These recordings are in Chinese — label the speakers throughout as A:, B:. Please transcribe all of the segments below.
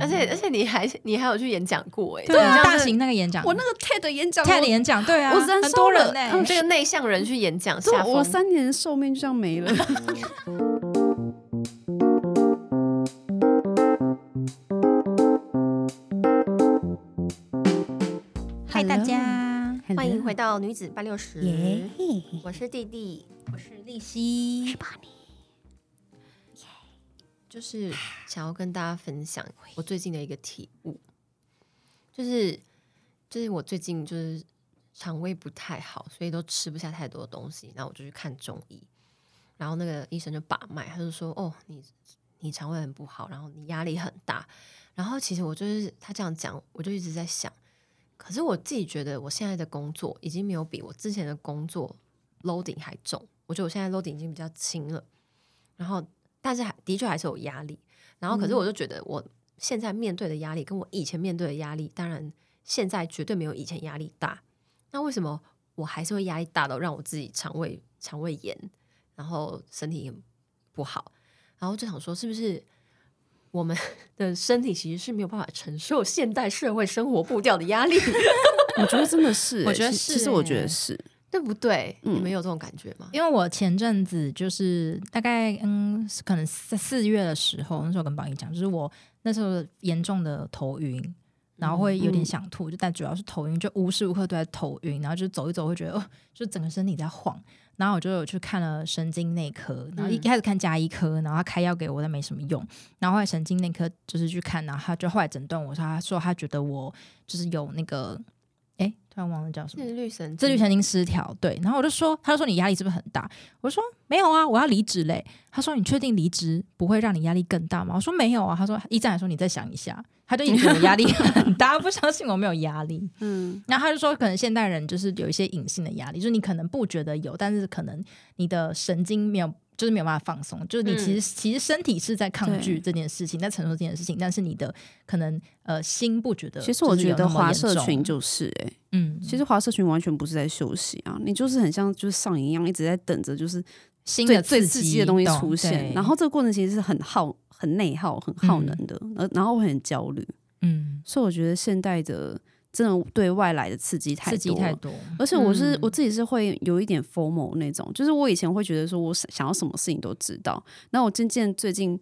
A: 而且而且你还你还有去演讲过哎、
B: 嗯对
A: 你这
B: 啊，
A: 样
B: 大
A: 子
B: 型那个演讲，
C: 我那个 TED 演讲，
B: TED 演讲，对啊，
C: 我忍
B: 很
C: 受
B: 多人
C: 了
B: 呢、
A: 嗯这个内向人去演讲
C: 对
A: 下
C: 我
A: 风，
C: 三年寿命就这样没了。
B: 嗨，大家，
C: 嗯
A: 欢迎回到女子八六十
B: 嗯耶，
A: 我是弟弟，
B: 我是丽西，是吧？
A: 就是想要跟大家分享我最近的一个体悟，就是就是我最近就是肠胃不太好，所以都吃不下太多的东西，然后我就去看中医，然后那个医生就把脉，他就说：“哦，你你肠胃很不好，然后你压力很大。”然后其实我就是他这样讲，我就一直在想，可是我自己觉得我现在的工作已经没有比我之前的工作 loading 还重，我觉得我现在 loading 已经比较轻了，然后但是还的确还是有压力，然后可是
B: 嗯
A: 我就觉得我现在面对的压力跟我以前面对的压力，当然现在绝对没有以前压力大，那为什么我还是会压力大到让我自己肠胃肠胃炎，然后身体很不好，然后就想说是不是？我们 的身体其实是没有办法承受现代社会生活步调的压力，
C: 我觉得真的是欸、
B: 我觉得
C: 其
B: 是
C: 其实我觉
B: 欸
C: 得是，
A: 对不对？
C: 嗯
A: 你们有这种感觉吗？
B: 因为我前阵子就是大概嗯，可能四四月的时候，那时候跟宝仪讲，就是我那时候严重的头晕，然后会有
A: 嗯
B: 点想吐，就但主要是头晕，就无时无刻都在头晕，然后就走一走会觉得哦，就整个身体在晃。然后我就有去看了神经内科，然后一
A: 嗯
B: 开始看加医科，然后他开药给我，但没什么用。然后后来神经内科就是去看，然后他就后来诊断我说，他说他觉得我就是有那个，哎，突然忘了叫什么
A: 自律神经
C: 嗯
B: 自律神经失调，对。然后我就说，他就说你压力是不是很大？我说没有啊，我要离职嘞。他说你确定离职不会让你压力更大吗？我说没有啊。他说一站来说你再想一下，他就一直觉得我压 力很大，不相信我没有压力。
C: 嗯，
B: 然后他就说，可能现代人就是有一些隐性的压力，就是你可能不觉得有，但是可能你的神经没有。就是没有办法放松，就是你其实、其实身体是在抗拒
C: 嗯对
B: 这件事情，在承受这件事情，但是你的可能呃心不觉得就是
C: 其
B: 有那么
C: 实我
B: 严重。
C: 觉得华社群就是哎、
B: 嗯，
C: 其实华社群完全不是在休息啊，你就是很像就是上瘾一样，一直在等着就是
B: 新
C: 最
B: 的
C: 最刺激的东西
B: 动
C: 出现
B: 对，
C: 然后这个过程其实是很耗、很内耗、很耗能的，呃、然后会很焦虑。
B: 嗯，
C: 所以我觉得现代的真的对外来的刺激太
B: 刺激
C: 多
B: 太
C: 了
B: 多，
C: 而且我是、
A: 嗯
C: 我自己是会有一点 formal 那种，就是我以前会觉得说我想想要什么事情都知道，然后我渐渐最近。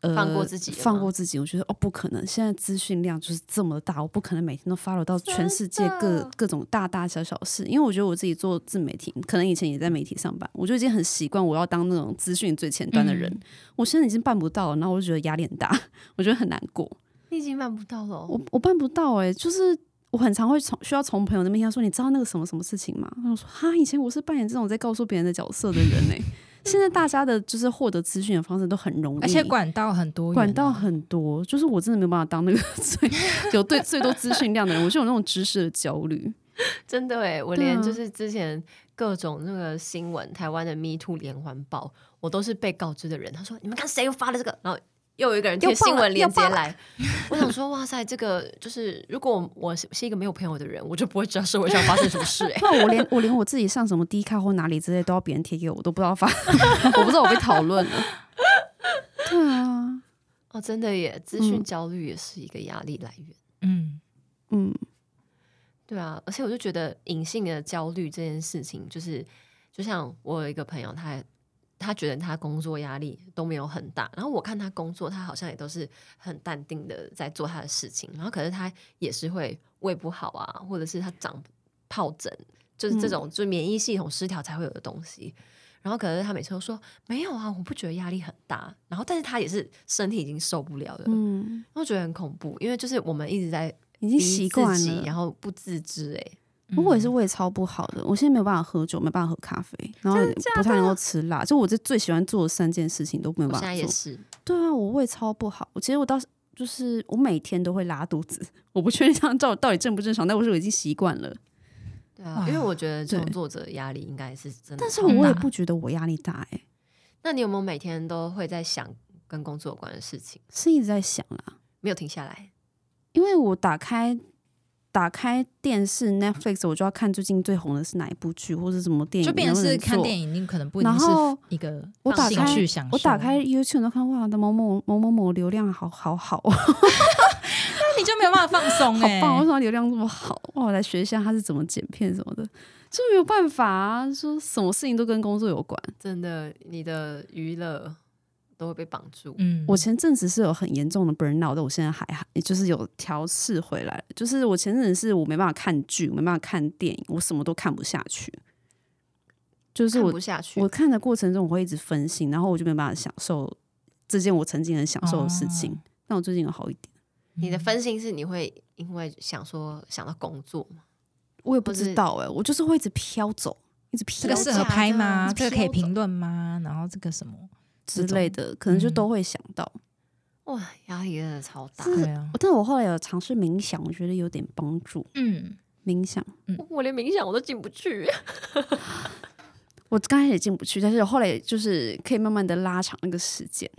C: 呃
A: 放过自己了吗
C: 放过自己，我觉得哦，不可能！现在资讯量就是这么大，我不可能每天都 follow 到全世界各各种大大小小事。因为我觉得我自己做自媒体，可能以前也在媒体上班，我就已经很习惯我要当那种资讯最前端的人。
B: 嗯
C: 我现在已经办不到了，然后我就觉得压力很大， 我觉得很难过。
A: 你已经办不到了哦，
C: 我我办不到哎、就是我很常会从需要从朋友那边听到说，你知道那个什么什么事情吗？然后我说哈，以前我是扮演这种在告诉别人的角色的人哎、现在大家的就是获得资讯的方式都很容易，
B: 而且管道很多元啊，
C: 管道很多，就是我真的没有办法当那个 最有对最多资讯量的人，我就有那种知识的焦 虑。
A: 真的哎，我
C: 对
A: 连
C: 啊
A: 就是之前各种那个新闻，台湾的 Me Too 连环报，我都是被告知的人。他说你们看谁又发了这个，然后又有一个人贴
C: 又爆
A: 新
C: 了
A: 闻链接
C: 又爆了
A: 来，我想说哇塞，这个就是如果我是是一个没有朋友的人，我就不会知道社会上发生什么事哎。
C: 那我连我连我自己上什么 D 卡或哪里之类都要别人贴给我，我都不知道发， 我不知道我被讨论了。对啊，
A: 哦，真的耶，资讯
C: 嗯
A: 焦虑也是一个压力来源。
B: 嗯，
C: 嗯，
A: 对啊，而且我就觉得隐性的焦虑这件事情，就是就像我有一个朋友他，他觉得他工作压力都没有很大，然后我看他工作，他好像也都是很淡定的在做他的事情，然后可是他也是会胃不好啊，或者是他长疱疹，就是
C: 嗯
A: 这种、就免疫系统失调才会有的东西。然后可是他每次都说没有啊，我不觉得压力很大。然后但是他也是身体已经受不了了，
C: 嗯，
A: 我觉得很恐怖，因为就是我们一直在
C: 已
A: 逼
C: 经习
A: 自
C: 惯
A: 己
C: 了，
A: 然后不自知哎、
B: 嗯
C: 我也是胃超不好的，我现在没有办法喝酒，没办法喝咖啡，然后也不太能够吃辣，就我这最喜欢做的三件事情都没有
A: 我
C: 办
A: 现在
C: 法
A: 也
C: 做。
A: 是，
C: 对啊，我胃超不好，我其实我到就是我每天都会拉肚子，我不确定这样到到底正不正常，但我是我已经习惯了。
A: 对啊，
B: 哇
A: 因为我觉得
C: 对
A: 创作者压力应该是真的。
C: 但是我也
B: 嗯
C: 不觉得我压力大哎、
A: 那你有没有每天都会在想跟工作有关的事情，
C: 是一直在想啦，
A: 没有停下来？
C: 因为我打开打开电视 Netflix，我就要看最近最红的是哪一部剧，或者什么电影。
B: 就变成是看电
C: 影。
B: 影，你可能不一定
C: 然
B: 是
C: 后
B: 一个
C: 我打
B: 兴
C: 开
B: 趣享受。
C: 我打开 YouTube 都看，哇，的某某某某某流量好好好，哦好
B: 那你就没有办法放松、欸，
C: 棒！为什么流量这么好？哇，我来学一下他是怎么剪片什么的，就没有办法啊。说什么事情都跟工作有关。
A: 真的，你的娱乐都会被绑住。
B: 嗯，
C: 我前阵子是有很严重的 burnout，但我现在还好，就是有调试回来。就是我前阵子是我没办法看剧，我没办法看电影，我什么都看不下去。就是
A: 看
C: 我
A: 不下去，
C: 我看的过程中，我会一直分心，然后我就没办法享受这件我曾经很享受的事情。
B: 哦
C: 但我最近有好一点，
B: 嗯
A: 你的分心是你会因为想说想到工作吗？
C: 我也不
A: 或是
C: 知道哎、我就是会一直飘走，一直
B: 这
C: 飘
B: 个
A: 是
B: 适
C: 走
B: 合拍吗？
A: 假的
B: 这个可
A: 飘
B: 以
A: 走
B: 评论吗？然后这个什么？
C: 之类的，可能就都会想到。
A: 哇，压力真的超大。
B: 对啊，
C: 但我后来有尝试冥想，我觉得有点帮助。
B: 嗯，
C: 冥想，
A: 我连冥想我都进不去，
C: 我刚开始进不去，但是后来就是可以慢慢的拉长那个时间。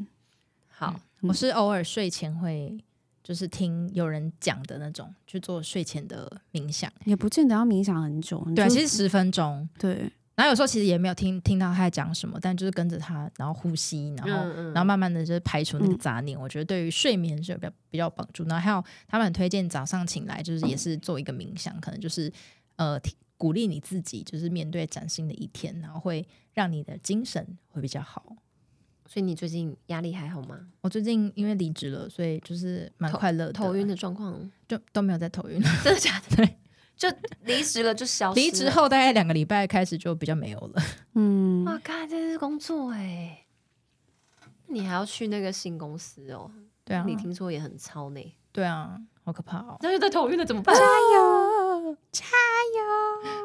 A: 好，
B: 我是偶尔睡前会就是听有人讲的那种去做睡前的冥想，
C: 也不见得要冥想很久。你
B: 对啊，
C: 就
B: 其实嗯十分钟。
C: 对，
B: 然后有时候其实也没有听听到他在讲什么，但就是跟着他，然后呼吸，然后、
A: 嗯
B: 然后慢慢的就是排除那个
C: 嗯
B: 杂念。我觉得对于睡眠是有比较比较有帮助。然后还有他们很推荐早上醒来就是也是做一个冥想，可能就是呃提鼓励你自己，就是面对崭新的一天，然后会让你的精神会比较好。
A: 所以你最近压力还好吗？
B: 我最近因为离职了，所以就是蛮快乐的，
A: 头晕的状况
B: 就都没有在头晕。
A: 真的假的？就离职了就消失了，
B: 离职后大概两个礼拜开始就比较没有了。
C: 嗯，
A: 哇，看这是工作哎、那你还要去那个新公司哦，
B: 对啊，
A: 你听说也很超呢。
B: 对啊，好可怕哦，
A: 那就在头晕了怎么办？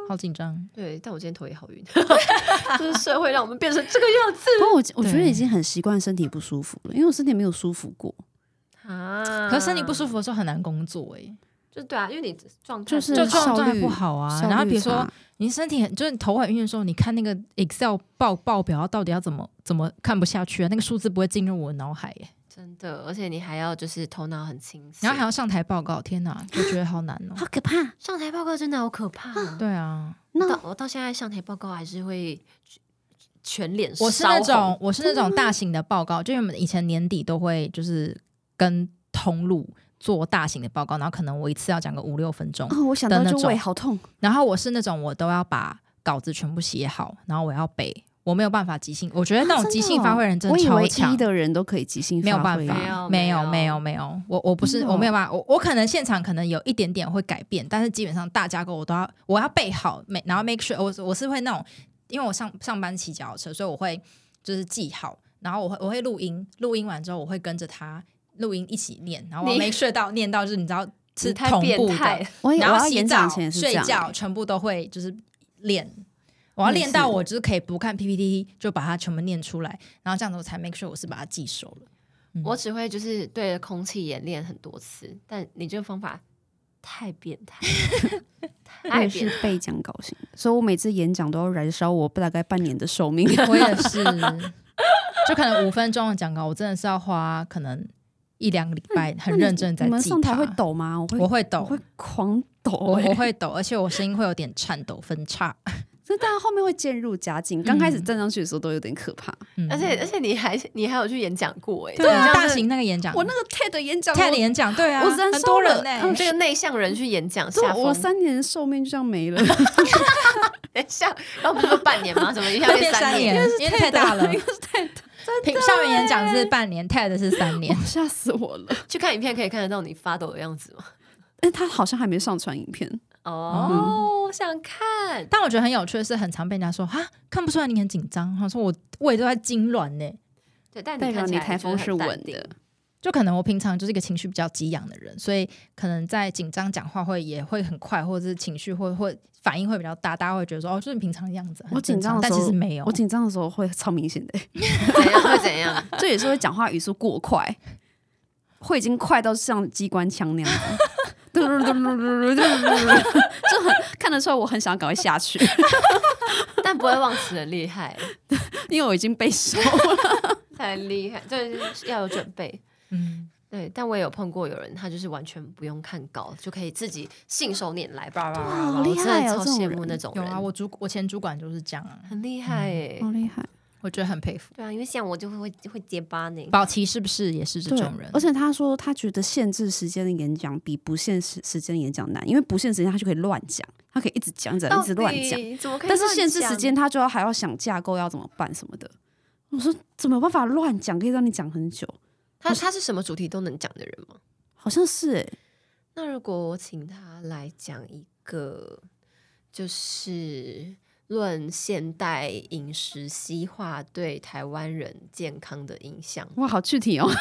B: 好紧张。
A: 对，但我今天头也好晕， 就是社会让我们变成这个样 子
C: 不过我我觉得
B: 对
C: 已经很习惯身体不舒服了，因为我身体没有舒服过，嗯
A: 啊
B: 可是身体不舒
A: 服，
B: 服的时候很难工作哎、
A: 就对啊，因为你状态
C: 就是
B: 就
C: 效
B: 状态
C: 率
B: 不好啊。
C: 效
B: 然后
C: 率
B: 比如说
C: 差
B: 你身体很，就是你头很晕的时候，你看那个 Excel 报报表到底要怎么怎么看不下去啊？那个数字不会进入我脑海耶、欸
A: 真的，而且你还要就是头脑很清醒，
B: 然后还要上台报告，天哪，就觉得好难 哦、
C: 好可怕。
A: 上台报告真的好可怕、啊。
B: 对啊，
A: 我
C: 那
A: 到我到现在上台报告还是会全脸
B: 我是
A: 烧
B: 那
A: 红
B: 种我是那种大型的报告，就因为我们以前年底都会就是跟通路做大型的报告，然后可能我一次要讲个五六分钟，
C: 哦，我想
B: 的
C: 到
B: 那
C: 就胃
B: 种
C: 好痛，
B: 然后我是那种我都要把稿子全部写好，然后我要背，我没有办法即兴。我觉得那
C: 啊
B: 种
C: 真
B: 即
C: 的
B: 兴发
C: 哦
B: 挥人真
C: 我
B: 的
C: 以
B: 超
C: 为
B: 强
C: 一，的人都可以即兴
B: 没有
C: 发
B: 办
C: 挥啊
A: 没
B: 法，
A: 有
B: 没有
A: 没
B: 没
A: 有
B: 有没有，我我不是
C: 真的
B: 我没有
C: 哦
B: 办法，我我可能现场可能有一点点会改变，但是基本上大家给我都要我要背好，每然后 make sure 我是我是会那种，因为我上上班骑脚踏车，所以我会就是记好，然后我会我会录音，录音完之后我会跟着他录音一起念，然后我
A: 你
B: make sure 到念到就是你知道
A: 你
B: 是
A: 太
B: 同
A: 变
B: 步
A: 态
B: 的
A: 了，
C: 我哎也我
B: 然后
C: 要
B: 洗
C: 演
B: 澡
C: 讲前、是这
B: 睡
C: 样
B: 觉，
C: 欸，
B: 全部都会就是练。我要
C: 也
B: 练到
C: 是
B: 我就是可以不看 PPT 就把它全部念出来，然后这样子我才 make sure 我是把它记熟了。
A: 我只会就是对着空气演练很多次，但你这个方法太变态了，
C: 我
A: 太
C: 也
A: 变
C: 是
A: 态了。
C: 被讲高兴，所以我每次演讲都要燃烧我大概半年的寿命。
B: 我也是， 就可能五分钟的讲稿，我真的是要花可能一两个礼拜很认真地
C: 你
B: 在
C: 们
B: 记
C: 上台
B: 它。
C: 会，抖吗？我会，
B: 我会
C: 我
B: 抖
C: 会，狂抖、
B: 我
C: 欸
B: 我会抖，而且我声音会有点颤抖分叉。
C: 这当然后面会渐入佳境，刚开始
B: 嗯
C: 站上去的时候都有点可怕。
B: 嗯
A: 而且而且你还你还有去演讲过哎、
B: 对啊，大型
A: 型
B: 那个演讲，
C: 我那个 TED 演讲，
B: 泰的演讲，对啊，
C: 我燃
B: 很
C: 烧
B: 多人
C: 了
B: 呢、
A: 这个内向人去演讲
C: 欸 对
A: 下风，
C: 我三年的寿命就这样 没了。
A: 等一下，然后不是说半年吗？怎么一下
B: 要
A: 变
B: 变三
A: 年？
B: 年，因为太大了。欸
C: 应该是太 大，。
B: 评校园演讲是半年，TED 是三年
C: 吓死我了！
A: 去看影片可以看得到你发抖的样子吗？
C: 但他好像还没上传影片，嗯
A: 哦，我想看，
B: 但我觉得很有趣的是，很常被人家说啊，看不出来你很紧张。他说我胃都在痉挛呢，
A: 对，但
C: 代
A: 你
C: 表
A: 看起
C: 你
A: 来
C: 台风
A: 就是是很淡
C: 稳
A: 定
C: 的。。
B: 就可能我平常就是一个情绪比较激昂的人，所以可能在紧张讲话会也会很快，或者是情绪会会反应会比较大，大家会觉得说哦，就是你平常的样子。
C: 我紧张
B: 很
C: 的
B: 正常
C: 时
B: 但其
C: 候，
B: 实没有
C: 我。紧张的时候会超明显的、
A: 怎样会怎样？
C: 这也是会讲话语速过快，会已经快到像机关枪那样了。嘟嘟嘟嘟嘟嘟嘟嘟嘟就很看得出来，我很想赶快下去，
A: 但不会忘词的厉害，
C: 因为我已经被收了。
A: 太厉害，就是要有准备。
B: 嗯，
A: 对对，但我也有碰过有人，他就是完全不用看稿就可以自己信手拈来，叭叭叭叭叭，
C: 好厉
A: 我真的
C: 害哦
A: 超
C: 这种
A: 羡慕
C: 人
A: 那种
B: 有
A: 人，
B: 啊，我主我前主管就是这样啊，
A: 很厉害耶、
C: 嗯好厉害。
B: 我觉得很佩服。
A: 对啊，因为像我就会会会结巴 那个，
B: 宝琪是不是也是这
C: 对
B: 种人？
C: 而且他说他觉得限制时间的演讲比不限时时间的演讲难，因为不限时间他就可以乱讲，他可以一直讲，一直讲一直乱讲。
A: 讲，怎么可以
C: 但是
A: 乱
C: 限制
A: 讲
C: 时间，他就要还要想架构要怎么办什么的。我说怎么有办法乱讲，可以让你讲很久？
A: 他他是什么主题都能讲的人吗？
C: 好像是哎、
A: 那如果我请他来讲一个，就是论现代饮食西化对台湾人健康的影响，
C: 哇，好具体哦！
A: 我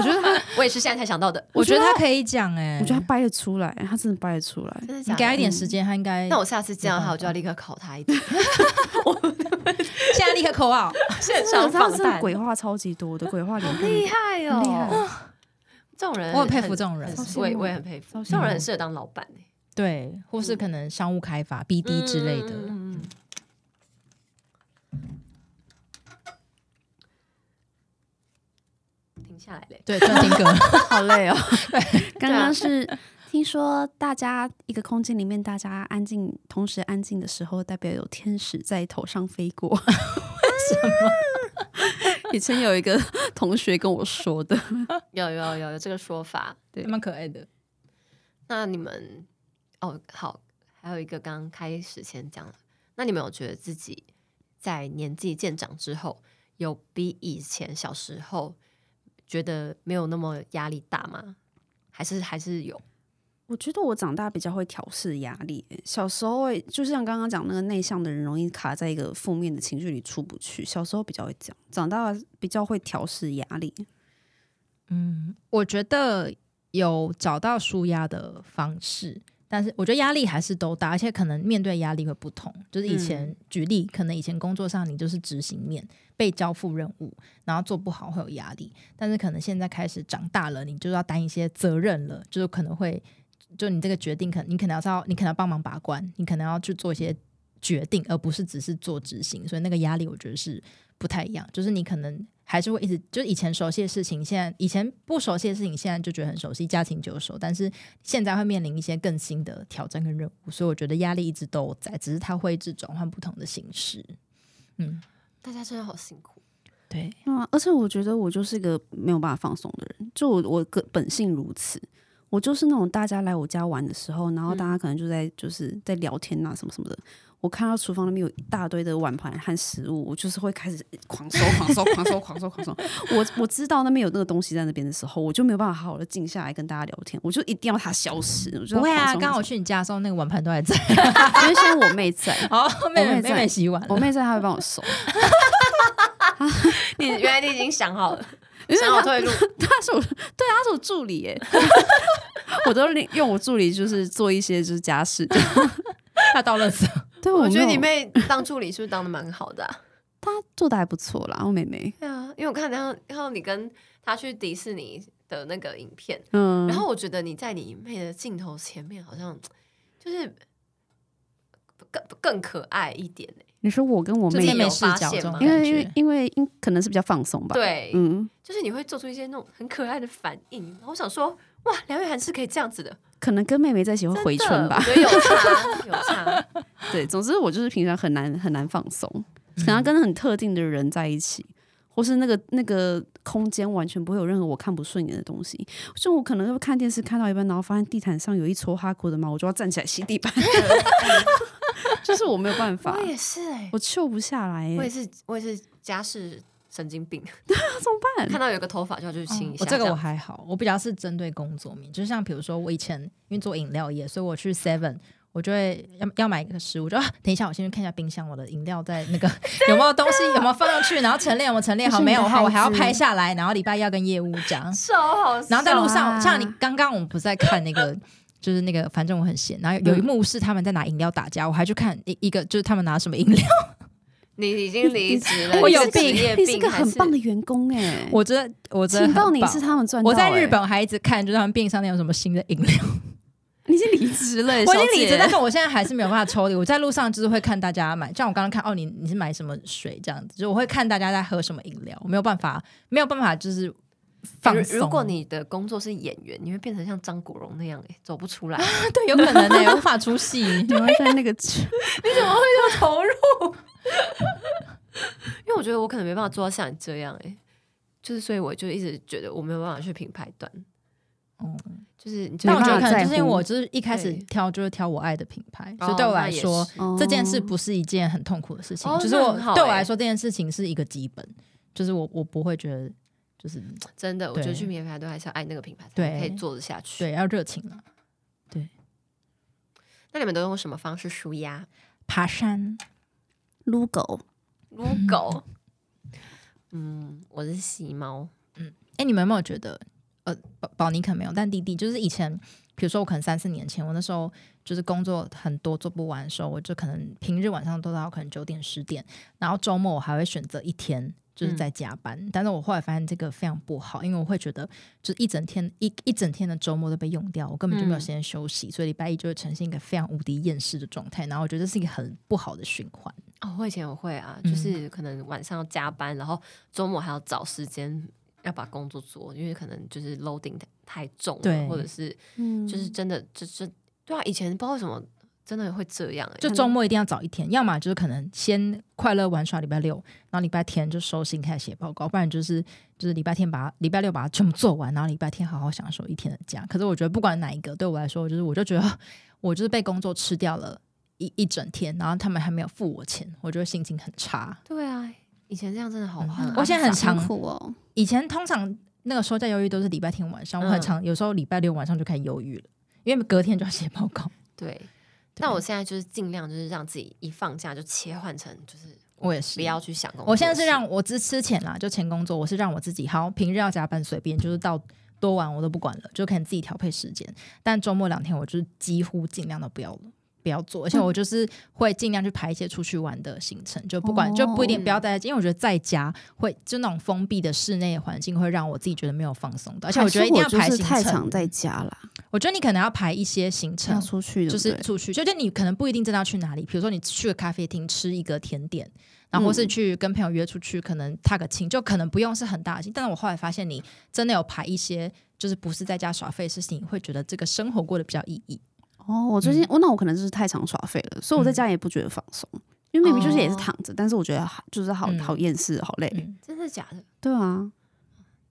A: 觉得他，我也是现在才想 到的，
B: 我觉
C: 觉
B: 得
C: 得
B: 他可以讲哎、
C: 我觉得他掰得出来，他真的掰得出来。
A: 真的假的？
B: 你给他一点时间，他应该。
A: 那我下次见到他，我就要立刻考他一题，
B: 现在立刻扣啊！
A: 现
C: 真的
A: 场
C: 他
A: 访
C: 真的
A: 谈，
C: 鬼话超级多的，鬼话连
A: 厉
C: 篇，
A: 害哦，
C: 很厉害，
A: 这种人，
B: 我很佩服这种人嗯
A: 很
C: 超羡慕
A: 我也我也很佩服，
C: 超羡慕
A: 这种人很适合当老板欸
B: 对，或是可能商务开发、BD 之类的。
A: 嗯嗯嗯嗯停下来嘞，
B: 对，
C: 哦
B: 专心哥，
C: 好累 哦。刚刚是听说大家一个空间里面大家安静，同时安静的时候，代表有天使在头上飞 过。什么？以 前有一个同学跟我说的，
A: 有有有有这个说法。
C: 对
B: 还 蛮可爱的。
A: 那你们哦，好，还有一个刚开始先讲了。那你们有觉得自己在年纪渐长之后，有比以前小时候觉得没有那么压力大吗？还是还是有？
C: 我觉得我长大比较会调试压力欸、小时候会就像刚刚讲那个内向的人，容易卡在一个负面的情绪里出不去。小时候比较会这样，长大比较会调试压力。
B: 嗯，我觉得有找到舒压的方式，但是我觉得压力还是都大，而且可能面对压力会不同。就是以前、
A: 嗯
B: 举例，可能以前工作上你就是执行面，被交付任务，然后做不好会有压力，但是可能现在开始长大了，你就要担一些责任了，就是可能会。就你这个决定，可你可能要要你可能要帮忙把关，你可能要去做一些决定，而不是只是做执行，所以那个压力我觉得是不太一样。就是你可能还是会一直，就是以前熟悉的事情，现在以前不熟悉的事情，现在就觉得很熟悉，驾轻就熟。但是现在会面临一些更新的挑战跟任务，所以我觉得压力一直都在，只是它会一直转换不同的形式。嗯，
A: 大家真的好辛苦，哦
B: 对，
C: 嗯，而且我觉得我就是一个没有办法放松的人，就我我个本性如此。我就是那种大家来我家玩的时候，然后大
B: 嗯
C: 家可能就在、就是在聊天啊什么什么的。我看到厨房那边有一大堆的碗盘和食物，我就是会开始狂收、狂收、狂收、狂收、狂收。我我知道那边有那个东西在那边的时候，我就没有办法好好的静下来跟大家聊天，我就一定要它消失。我就
B: 不会啊，刚
C: 刚
B: 好
C: 好
B: 我去你家的时候，那个碗盘都还在。
C: 因为现在我妹在，
B: 哦，妹
C: 我
B: 妹
C: 妹在
B: 妹妹洗碗
C: 我
B: 了，
C: 妹在，她会帮我收。
A: 你原来你已经想好了，
C: 因为
A: 想好退路，
C: 他是我，对，他是我助理耶， 我都利用我助理就是做一些就是家事。
B: 她倒垃圾。
C: 对，
A: 我
C: 没
A: 觉得
C: 有
A: 你妹当助理是不是当的蛮好的、啊？
C: 她做的还不错啦，我妹妹。
A: 对啊，因为我看到看到你跟她去迪士尼的那个影片，
C: 嗯，
A: 然后我觉得你在你妹的镜头前面好像就是更更可爱一点欸
C: 你说我跟我
B: 就是妹
C: 妹
A: 有
B: 妹
C: 有，
B: 视角这种
A: 发现吗
C: 因
B: 感
C: 为因为
B: 觉。
C: 因为因可能是比较放松吧。，
A: 对，
C: 嗯，
A: 就是你会做出一些那种很可爱的反应，然后我想说，哇，梁月涵是可以这样子的，
C: 可能跟妹妹在一起会
A: 真
C: 回
A: 的
C: 春
A: 我
C: 吧。
A: 觉得有差，有 差。
C: 对，总之我就是平常很难很难放松，可能要跟很特定的人在一起。或是那个那个空间完全不会有任何我看不顺眼的东西，就我可能会看电视看到一半，然后发现地毯上有一撮哈库的猫，我就要站起来吸地板。 就是我没有办法
A: 我，也是哎、
C: 我揪不下来、欸，
A: 我也是，我也是家事神经 病，
C: 那怎么
A: 看
C: 办？
A: 到有个头发就要去
C: 哦
A: 亲一下。
B: 嗯我这个我
A: 样
B: 还好，我比较是针对工作面，就像比如说我以前因为做饮料业，所以我去 Seven。我就会要要买一个食物，我就、啊、等一下，我先去看一下冰箱，我的饮料在那 个有没有东西有没有放上去，然后陈列有没有陈列
C: 这
B: 好，
C: 是你
B: 没
C: 的
B: 有的话我还
C: 孩
B: 要
C: 子
B: 拍下来，然后礼拜一要跟业务讲，
A: 手好笑，
B: 然后在路上，
C: 啊
B: 像你刚刚我们不是在看那 个，就是那个，反正我很闲。
C: 嗯
B: 然后有一幕是他们在拿饮料打架，我还去看一一个，就是他们拿什么饮料。
A: 你已经离职 了，
B: 我有
A: 你是职
B: 病
A: 业
C: 你是
A: 病
C: 个
A: 还
C: 很
A: 是
C: 棒的员工哎、欸，
B: 我觉得，我真的
C: 请到
B: 很
C: 你
B: 棒
C: 是他们赚到、
B: 我在
C: 欸
B: 日，本还一直看，就是他们便利商店有什么新的饮料。
C: 你已经离 职了、欸，
B: 我已经
C: 小姐
B: 离职，但是我现在还是没有办法抽离。我在路上就是会看大家买，像我刚刚看哦，你你是买什么水这样子，就我会看大家在喝什么饮料，我没有办法，没有办法，就是放松。
A: 如如果你的工作是演员，你会变成像张国荣那样、欸，走不出来，
B: 对有可能呢、无法出 戏，
C: 你要在那个
A: 要投入。因为我觉得我可能没办法做到像你这样、欸，就是所以我就一直觉得我没有办法去品牌端，
B: 嗯
A: 就是你就
B: 但我觉得
C: 没办法
B: 可能
C: 在
B: 就是因为
C: 乎
B: 我就是一开始
A: 对
B: 挑就是挑我爱的品牌，
A: 哦
B: 所以对我
A: 那
B: 来
A: 也
B: 说、
A: 是
B: 这件
C: 哦
B: 事不是一件很痛苦的事情，
A: 哦
B: 就是
A: 那
B: 我
A: 很好
B: 对我
A: 欸
B: 来说这件事情是一个基本，就是我我不会觉得就是
A: 真的，我觉得
B: 对
A: 去品牌端还是要爱那个品牌，才
B: 对
A: 可以做得下去。
B: 对要热情了，
A: 那你们都用什么方式舒压？
B: 爬山
C: 撸狗，
A: 撸狗？嗯，我是吸猫，
B: 哎、你们有没有觉得，呃，宝宝妮可能没有，但弟弟就是以前，比如说我可能三四年前，我那时候就是工作很多做不完的时候，我就可能平日晚上都到可能九点十点，然后周末我还会选择一天。就是在加班，但是我后来发现这个非常不好，因为我会觉得就是一整天一一整天的周末都被用掉，我根本就没有
A: 嗯
B: 时间休息，所以礼拜一就会呈现一个非常无敌厌世的状态，然后我觉得这是一个很不好的循环。
A: 哦，我以前也会啊，
B: 嗯
A: 就是可能晚上要加班，然后周末还要找时间要把工作做，因为可能就是 loading 太太重了，
B: 对
A: 或者是
C: 嗯
A: 就是真的就是对啊，以前不知道为什么真的会这样、欸，
B: 就周末一定要早一天，要么就是可能先快乐玩耍礼拜六，然后礼拜天就收心开始写报告，不然就是就是礼拜天把它礼拜六把它全部做完，然后礼拜天好好享受一天的假。可是我觉得不管哪一个，对我来说，就是我就觉得我就是被工作吃掉了一一整天，然后他们还没有付我钱，我就心情很差。
A: 对啊，以前这样真的好
B: 嗯
A: 很、
B: 我现在很
C: 辛
B: 常
C: 苦哦，
B: 以前通常那个休假忧郁都是礼拜天晚上，
A: 嗯
B: 我很常有时候礼拜六晚上就开始忧郁了，因为隔天就要写报告。
A: 对。那我现在就是尽量就是让自己一放假就切换成就是
B: 我也是
A: 不要去想工作。
B: 我现在是让我之之前啦，就前工作，我是让我自己好，平日要加班随便，就是到多晚我都不管了，就可能自己调配时间。但周末两天，我就是几乎尽量都不要了。不要做，而
C: 嗯
B: 且我就是会尽量去排一些出去玩的行程，就不管
C: 哦
B: 就不一定不要待在家，因为我觉得在家会就那种封闭的室内环境会让我自己觉得没有放松的，而且我觉得一定要
C: 还
B: 排
C: 是我就是
B: 行
C: 太
B: 程
C: 常。在家啦，
B: 我觉得你可能要排一些行程
C: 要，出去
B: 就
C: 对不
B: 是
C: 对
B: 出去，就就你可能不一定真的要去哪里，比如说你去个咖啡厅吃一个甜点，然后或是
C: 嗯
B: 去跟朋友约出去，可能踏个青，就可能不用是很大的青。但是我后来发现，你真的有排一些就是不是在家耍废的事情，你会觉得这个生活过得比较有意义。
C: 哦，
B: 嗯
C: 我最近我、那我可能就是太常耍废了，所以我在家也不觉得放松，因为明明就是也是躺着，但是我觉得好就是好
B: 哦嗯
C: 好厌世，好累。
B: 嗯，
A: 真的假的？
C: 对啊，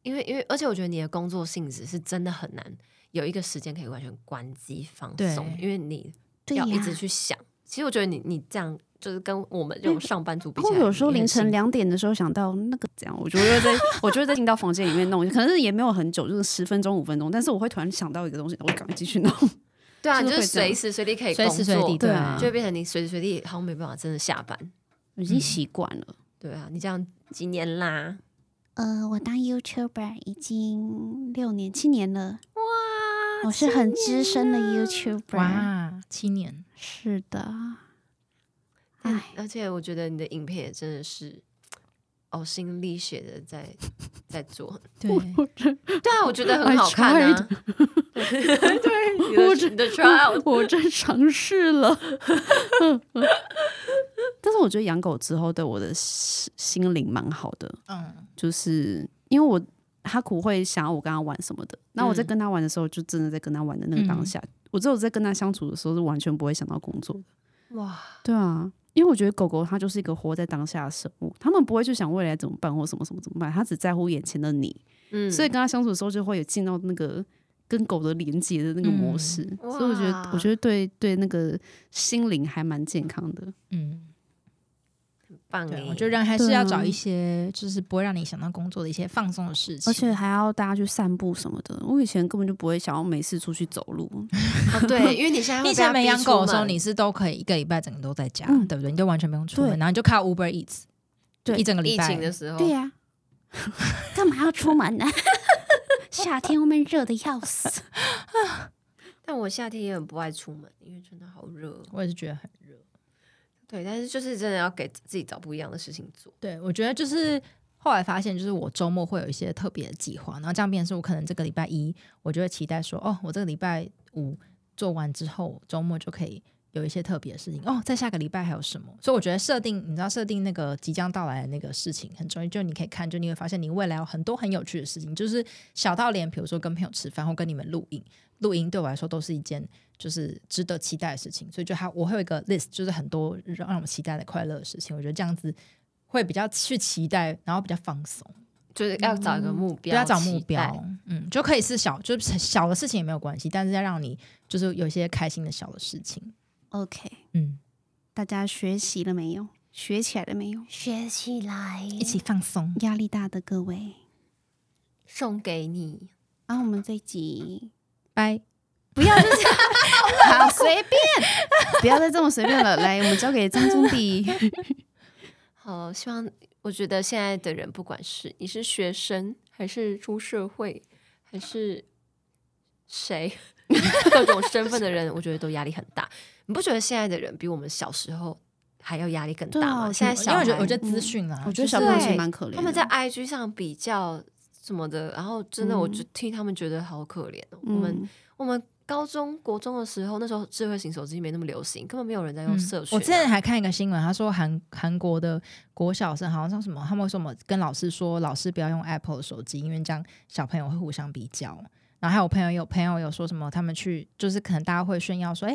A: 因为因为而且我觉得你的工作性质是真的很难有一个时间可以完全关机放松，
B: 对
A: 因为你
C: 对
A: 要
C: 呀
A: 一直去想。其实我觉得你你这样就是跟我们这种上班族比
C: 不
A: 起
C: 过
A: 来，
C: 有时候
A: 你
C: 凌
A: 很
C: 晨
A: 辛
C: 两点的时候想到那个这样，我就会在，我就会在进到房间里面弄，可能是也没有很久，就是十分钟五分钟，但是我会突然想到一个东西，我就赶快 继续弄。
A: 苦对啊，
C: 是
A: 你
C: 不
A: 就是是
C: 会这
A: 随
C: 样
A: 时随地可以
B: 随时随
A: 工作
B: 地
C: 对啊
A: 就会变成你随时随地好像没办法真的下班。
C: 已经习惯了。
A: 对啊，你这样几年啦？
C: 呃，我当 YouTuber 已经六年七年了，
A: 哇
C: 我是很资深的 YouTuber。
B: 哇，七年，
C: 是的，
A: 但
C: 唉，
A: 而且我觉得你的影片也真的是呕心沥血的在在做。
B: 对，
A: 对啊，我觉得
C: I
A: 很好看啊。 对，啊
C: 我
A: 你的
C: 只
A: 你的 trial
C: 嗯我 真尝试了。 但是我觉得养狗之后对我的心心灵蛮好的，
B: 嗯，
C: 就是因为我哈苦会想要我跟他玩什么的，那我在
A: 嗯
C: 跟他玩的时候，就真的在跟他玩的那个当下，我只有在跟他相处的时候是完全不会想到工作的。
A: 哇，
C: 对啊，因为我觉得狗狗它就是一个活在当下的生物，它们不会去想未来怎么办或什么什么怎么办，它只在乎眼前的你，
A: 嗯，
C: 所以跟它相处的时候就会有进到那个。跟狗的连接的那个模式，
A: 嗯
C: 所以我觉得
A: 哇，
C: 我觉得对对那个心灵还蛮健康的。
B: 嗯，
A: 棒
B: 对，
A: 哎，
B: 我觉得人还是要
C: 对啊
B: 找一些就是不会让你想到工作的一些放松的事情，
C: 而且还要大家去散步什么的。我以前根本就不会想要没事出去走路。
A: 哦对，因为你现 在会
B: 你以
A: 被
B: 前
A: 他
B: 没
A: 逼
B: 养
A: 出
B: 狗的时候，
A: 门
B: 你是都可以一个礼拜整个都在家，
C: 嗯
B: 对不对？你都完全不用出
C: 对
B: 门，然后你就靠 Uber Eats，就
C: 对
B: 一整个礼
A: 疫
B: 拜。啊
A: 情的时候，
C: 呀、 干嘛要出门呢？ 夏天外面热的要死。
A: 但我夏天也很不爱出门，因为真的好热。哦
B: 我也是觉得很
A: 对，但是就是真的要给自己找不一样的事情做。
B: 对，我觉得就是后来发现，就是我周末会有一些特别的计划，然后这样变成是我可能这个礼拜一，我就会期待说，哦，我这个礼拜五做完之后，周末就可以有一些特别的事情哦，在下个礼拜还有什么？所以我觉得设定，你知道设定那个即将到来的那个事情很重要，就你可以看，就你会发现你未来有很多很有趣的事情，就是小到连比如说跟朋友吃饭或跟你们录影，录音对我来说都是一件就是值得期待的事情，所以就还我会有一个 list，就是很多让我期待的快乐的事情，我觉得这样子会比较去期待，然后比较放松。
A: 就是要找一个目标，
B: 嗯不要找目
A: 期待
B: 标，嗯，就可以是小，就是小的事情也没有关系，但是要让你就是有一些开心的小的事情，
C: OK，
B: 嗯，
C: 大家学习了没有？学起来了没有？
A: 学起来，
B: 一起放松。
C: 压力大的各位，
A: 送给你。
C: 然、后我们这一 集
B: 拜。
C: 不要就是好随便， 不要再这么随便了。来，我们交给张宗 弟。
A: 好，呃希望我觉得现在的人，不管是你是学生，还是出社会，还是谁 各种身份的人，我觉得都压力很大。你不觉得现在的人比我们小时候还要压力更大
C: 对啊
A: 吗？
C: 我
A: 现在
C: 觉
A: 小
B: 因为
A: 孩，嗯
B: 我觉得，我觉得资讯啊，
C: 我
B: 就
C: 觉得
B: 是
C: 小朋友其实蛮可怜的，
A: 他们在 IG 上比较什么的，然后真的，我
C: 嗯
A: 就替他们觉得好可怜、哦。
C: 嗯
A: 我们我们高中国中的时候，那时候智慧型手机没那么流行，根本没有人在用
B: 嗯
A: 社群啊、
B: 我之前还看一个新闻，他说韩韩国的国小生好像像什么，他们为什么跟老师说，老师不要用 Apple 的手机，因为这样小朋友会互相比较。然后还有朋友有朋友有说什么，他们去就是可能大家会炫耀说，哎、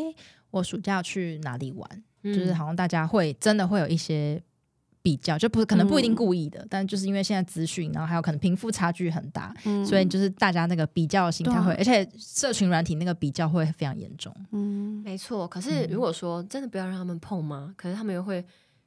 B: 我暑假去哪里玩，
A: 嗯
B: 就是好像大家会真的会有一些比较，就不可能不一定
C: 嗯
B: 故意的，但就是因为现在资讯，然后还有可能贫富差距很大，
C: 嗯，
B: 所以就是大家那个比较心态会，
C: 对啊
B: 而且社群软体那个比较会非常严重。
C: 嗯，
A: 没错，可是
B: 嗯
A: 如果说真的不要让他们碰吗？可是他们又会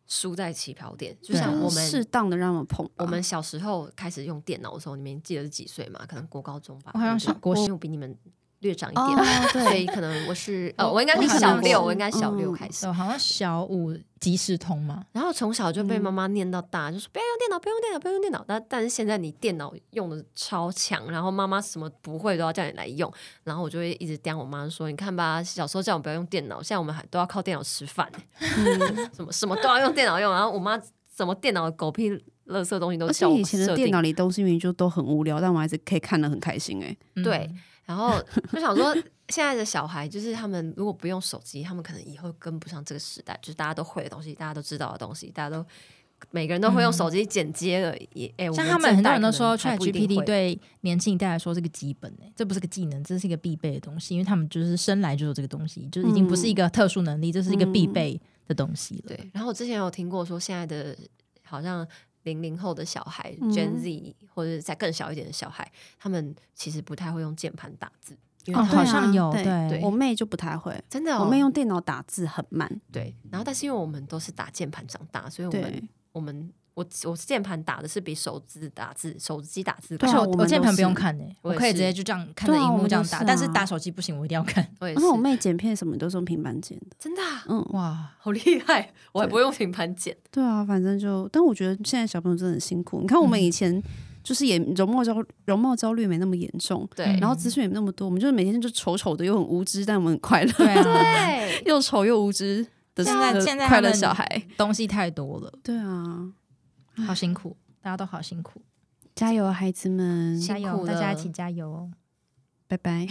A: 输在起跑点，就
B: 对啊
A: 像我
C: 适
A: 们
C: 当的让我们碰吧，
A: 我们小时候开始用电脑的时候，你们记得是几岁嘛？可能国高中吧，
B: 我好像
A: 对不对
B: 小国小
A: 因为嗯我比你们略长一
C: 哦
A: 点，，所以
C: 对，
A: 可能我是呃，
B: 我
A: 我应该
B: 我
A: 是
B: 可能
A: 小六，
B: 是
A: 我应该小六
C: 嗯
A: 开始
B: 对，，好像小五即时通嘛，
A: 然后从小就被
C: 嗯
A: 妈妈念到大，就说不要用电脑，不要用电脑，不要用电脑。但但是现在你电脑用的超强，然后妈妈什么不会都要叫你来用，然后我就会一直刁我妈说，你看吧，小时候叫我不要用电脑，现在我们还都要靠电脑吃饭，
C: 嗯
A: 什么什么都要用电脑用。然后我妈什么电脑的狗屁垃圾东西都
C: 而且
A: 叫我
C: 以前的
A: 设
C: 电
A: 定
C: 脑里东西明明就都很无聊，但我们还是可以看得很开心哎、
B: 嗯
A: 对，然后就想说，现在的小孩就是他们如果不用手机，他们可能以后跟不上这个时代，就是大家都会的东西，大家都知道的东西，大家都每个人都会用手机剪接了。也哎、我
B: 嗯像
A: 们
B: 他们
A: 这
B: 很多
A: 代
B: 人都说
A: 可能还
B: Chat
A: 不一定
B: GPT
A: 会，
B: 对年轻一代来说是个基本诶、欸这不是个技能，这是一个必备的东西，因为他们就是生来就有这个东西，就是已经不是一个特殊能力，这是一个必备的东西了。
A: 嗯对。然后我之前有听过说，现在的好像零零后的小孩、
C: 嗯
A: Gen Z 或者再更小一点的小孩，他们其实不太会用键盘打字，因为
B: 哦，
A: 他们
B: 好
C: 对啊
B: 像有
C: 对
A: 对
C: 我妹就不太会，
A: 真的、哦、
C: 我妹用电脑打字很慢，
A: 对。然后，但是因为我们都是打键盘长大，所以我们
C: 对，
A: 我们我我键盘打的是比手指打字，手机打字
B: 而
A: 快
B: 且
C: 对啊
B: 我
C: 我们
B: 我键盘
C: 都
B: 不用
C: 是
B: 看诶、
A: 我
B: 我
A: 也
B: 可以直
A: 是
B: 接就这样看着
C: 对啊
B: 荧
C: 我
B: 幕
C: 们
B: 这样
C: 都
B: 打，
C: 是
B: 但是
C: 啊
B: 打手机不行，我一定要 看。
A: 哦我也
C: 然
A: 是
C: 后我妹剪片什么都是用平板剪的，
A: 真的啊、
C: 嗯，
B: 哇，
A: 好厉害！我还不用平板剪，
C: 对啊，反正就，但我觉得现在小朋友真的很辛苦，你看我们
B: 嗯
C: 以前。就是也容貌焦容貌焦虑没那么严重，
A: 对
B: 嗯
C: 然后资讯也没那么多，我们就是每天就丑丑的又很无知，但我们很快乐。
B: 对 啊，
A: 对，
C: 又丑又无知的
B: 现在
C: 的
B: 现在他
C: 快乐
B: 们
C: 小孩。
B: 东西太多了，
C: 对啊，
B: 好辛苦，大家都好辛苦，
C: 加油，啊孩子们，
B: 加
A: 辛苦
B: 油，大家
A: 了
B: 哦一起加油哦。
C: 拜拜。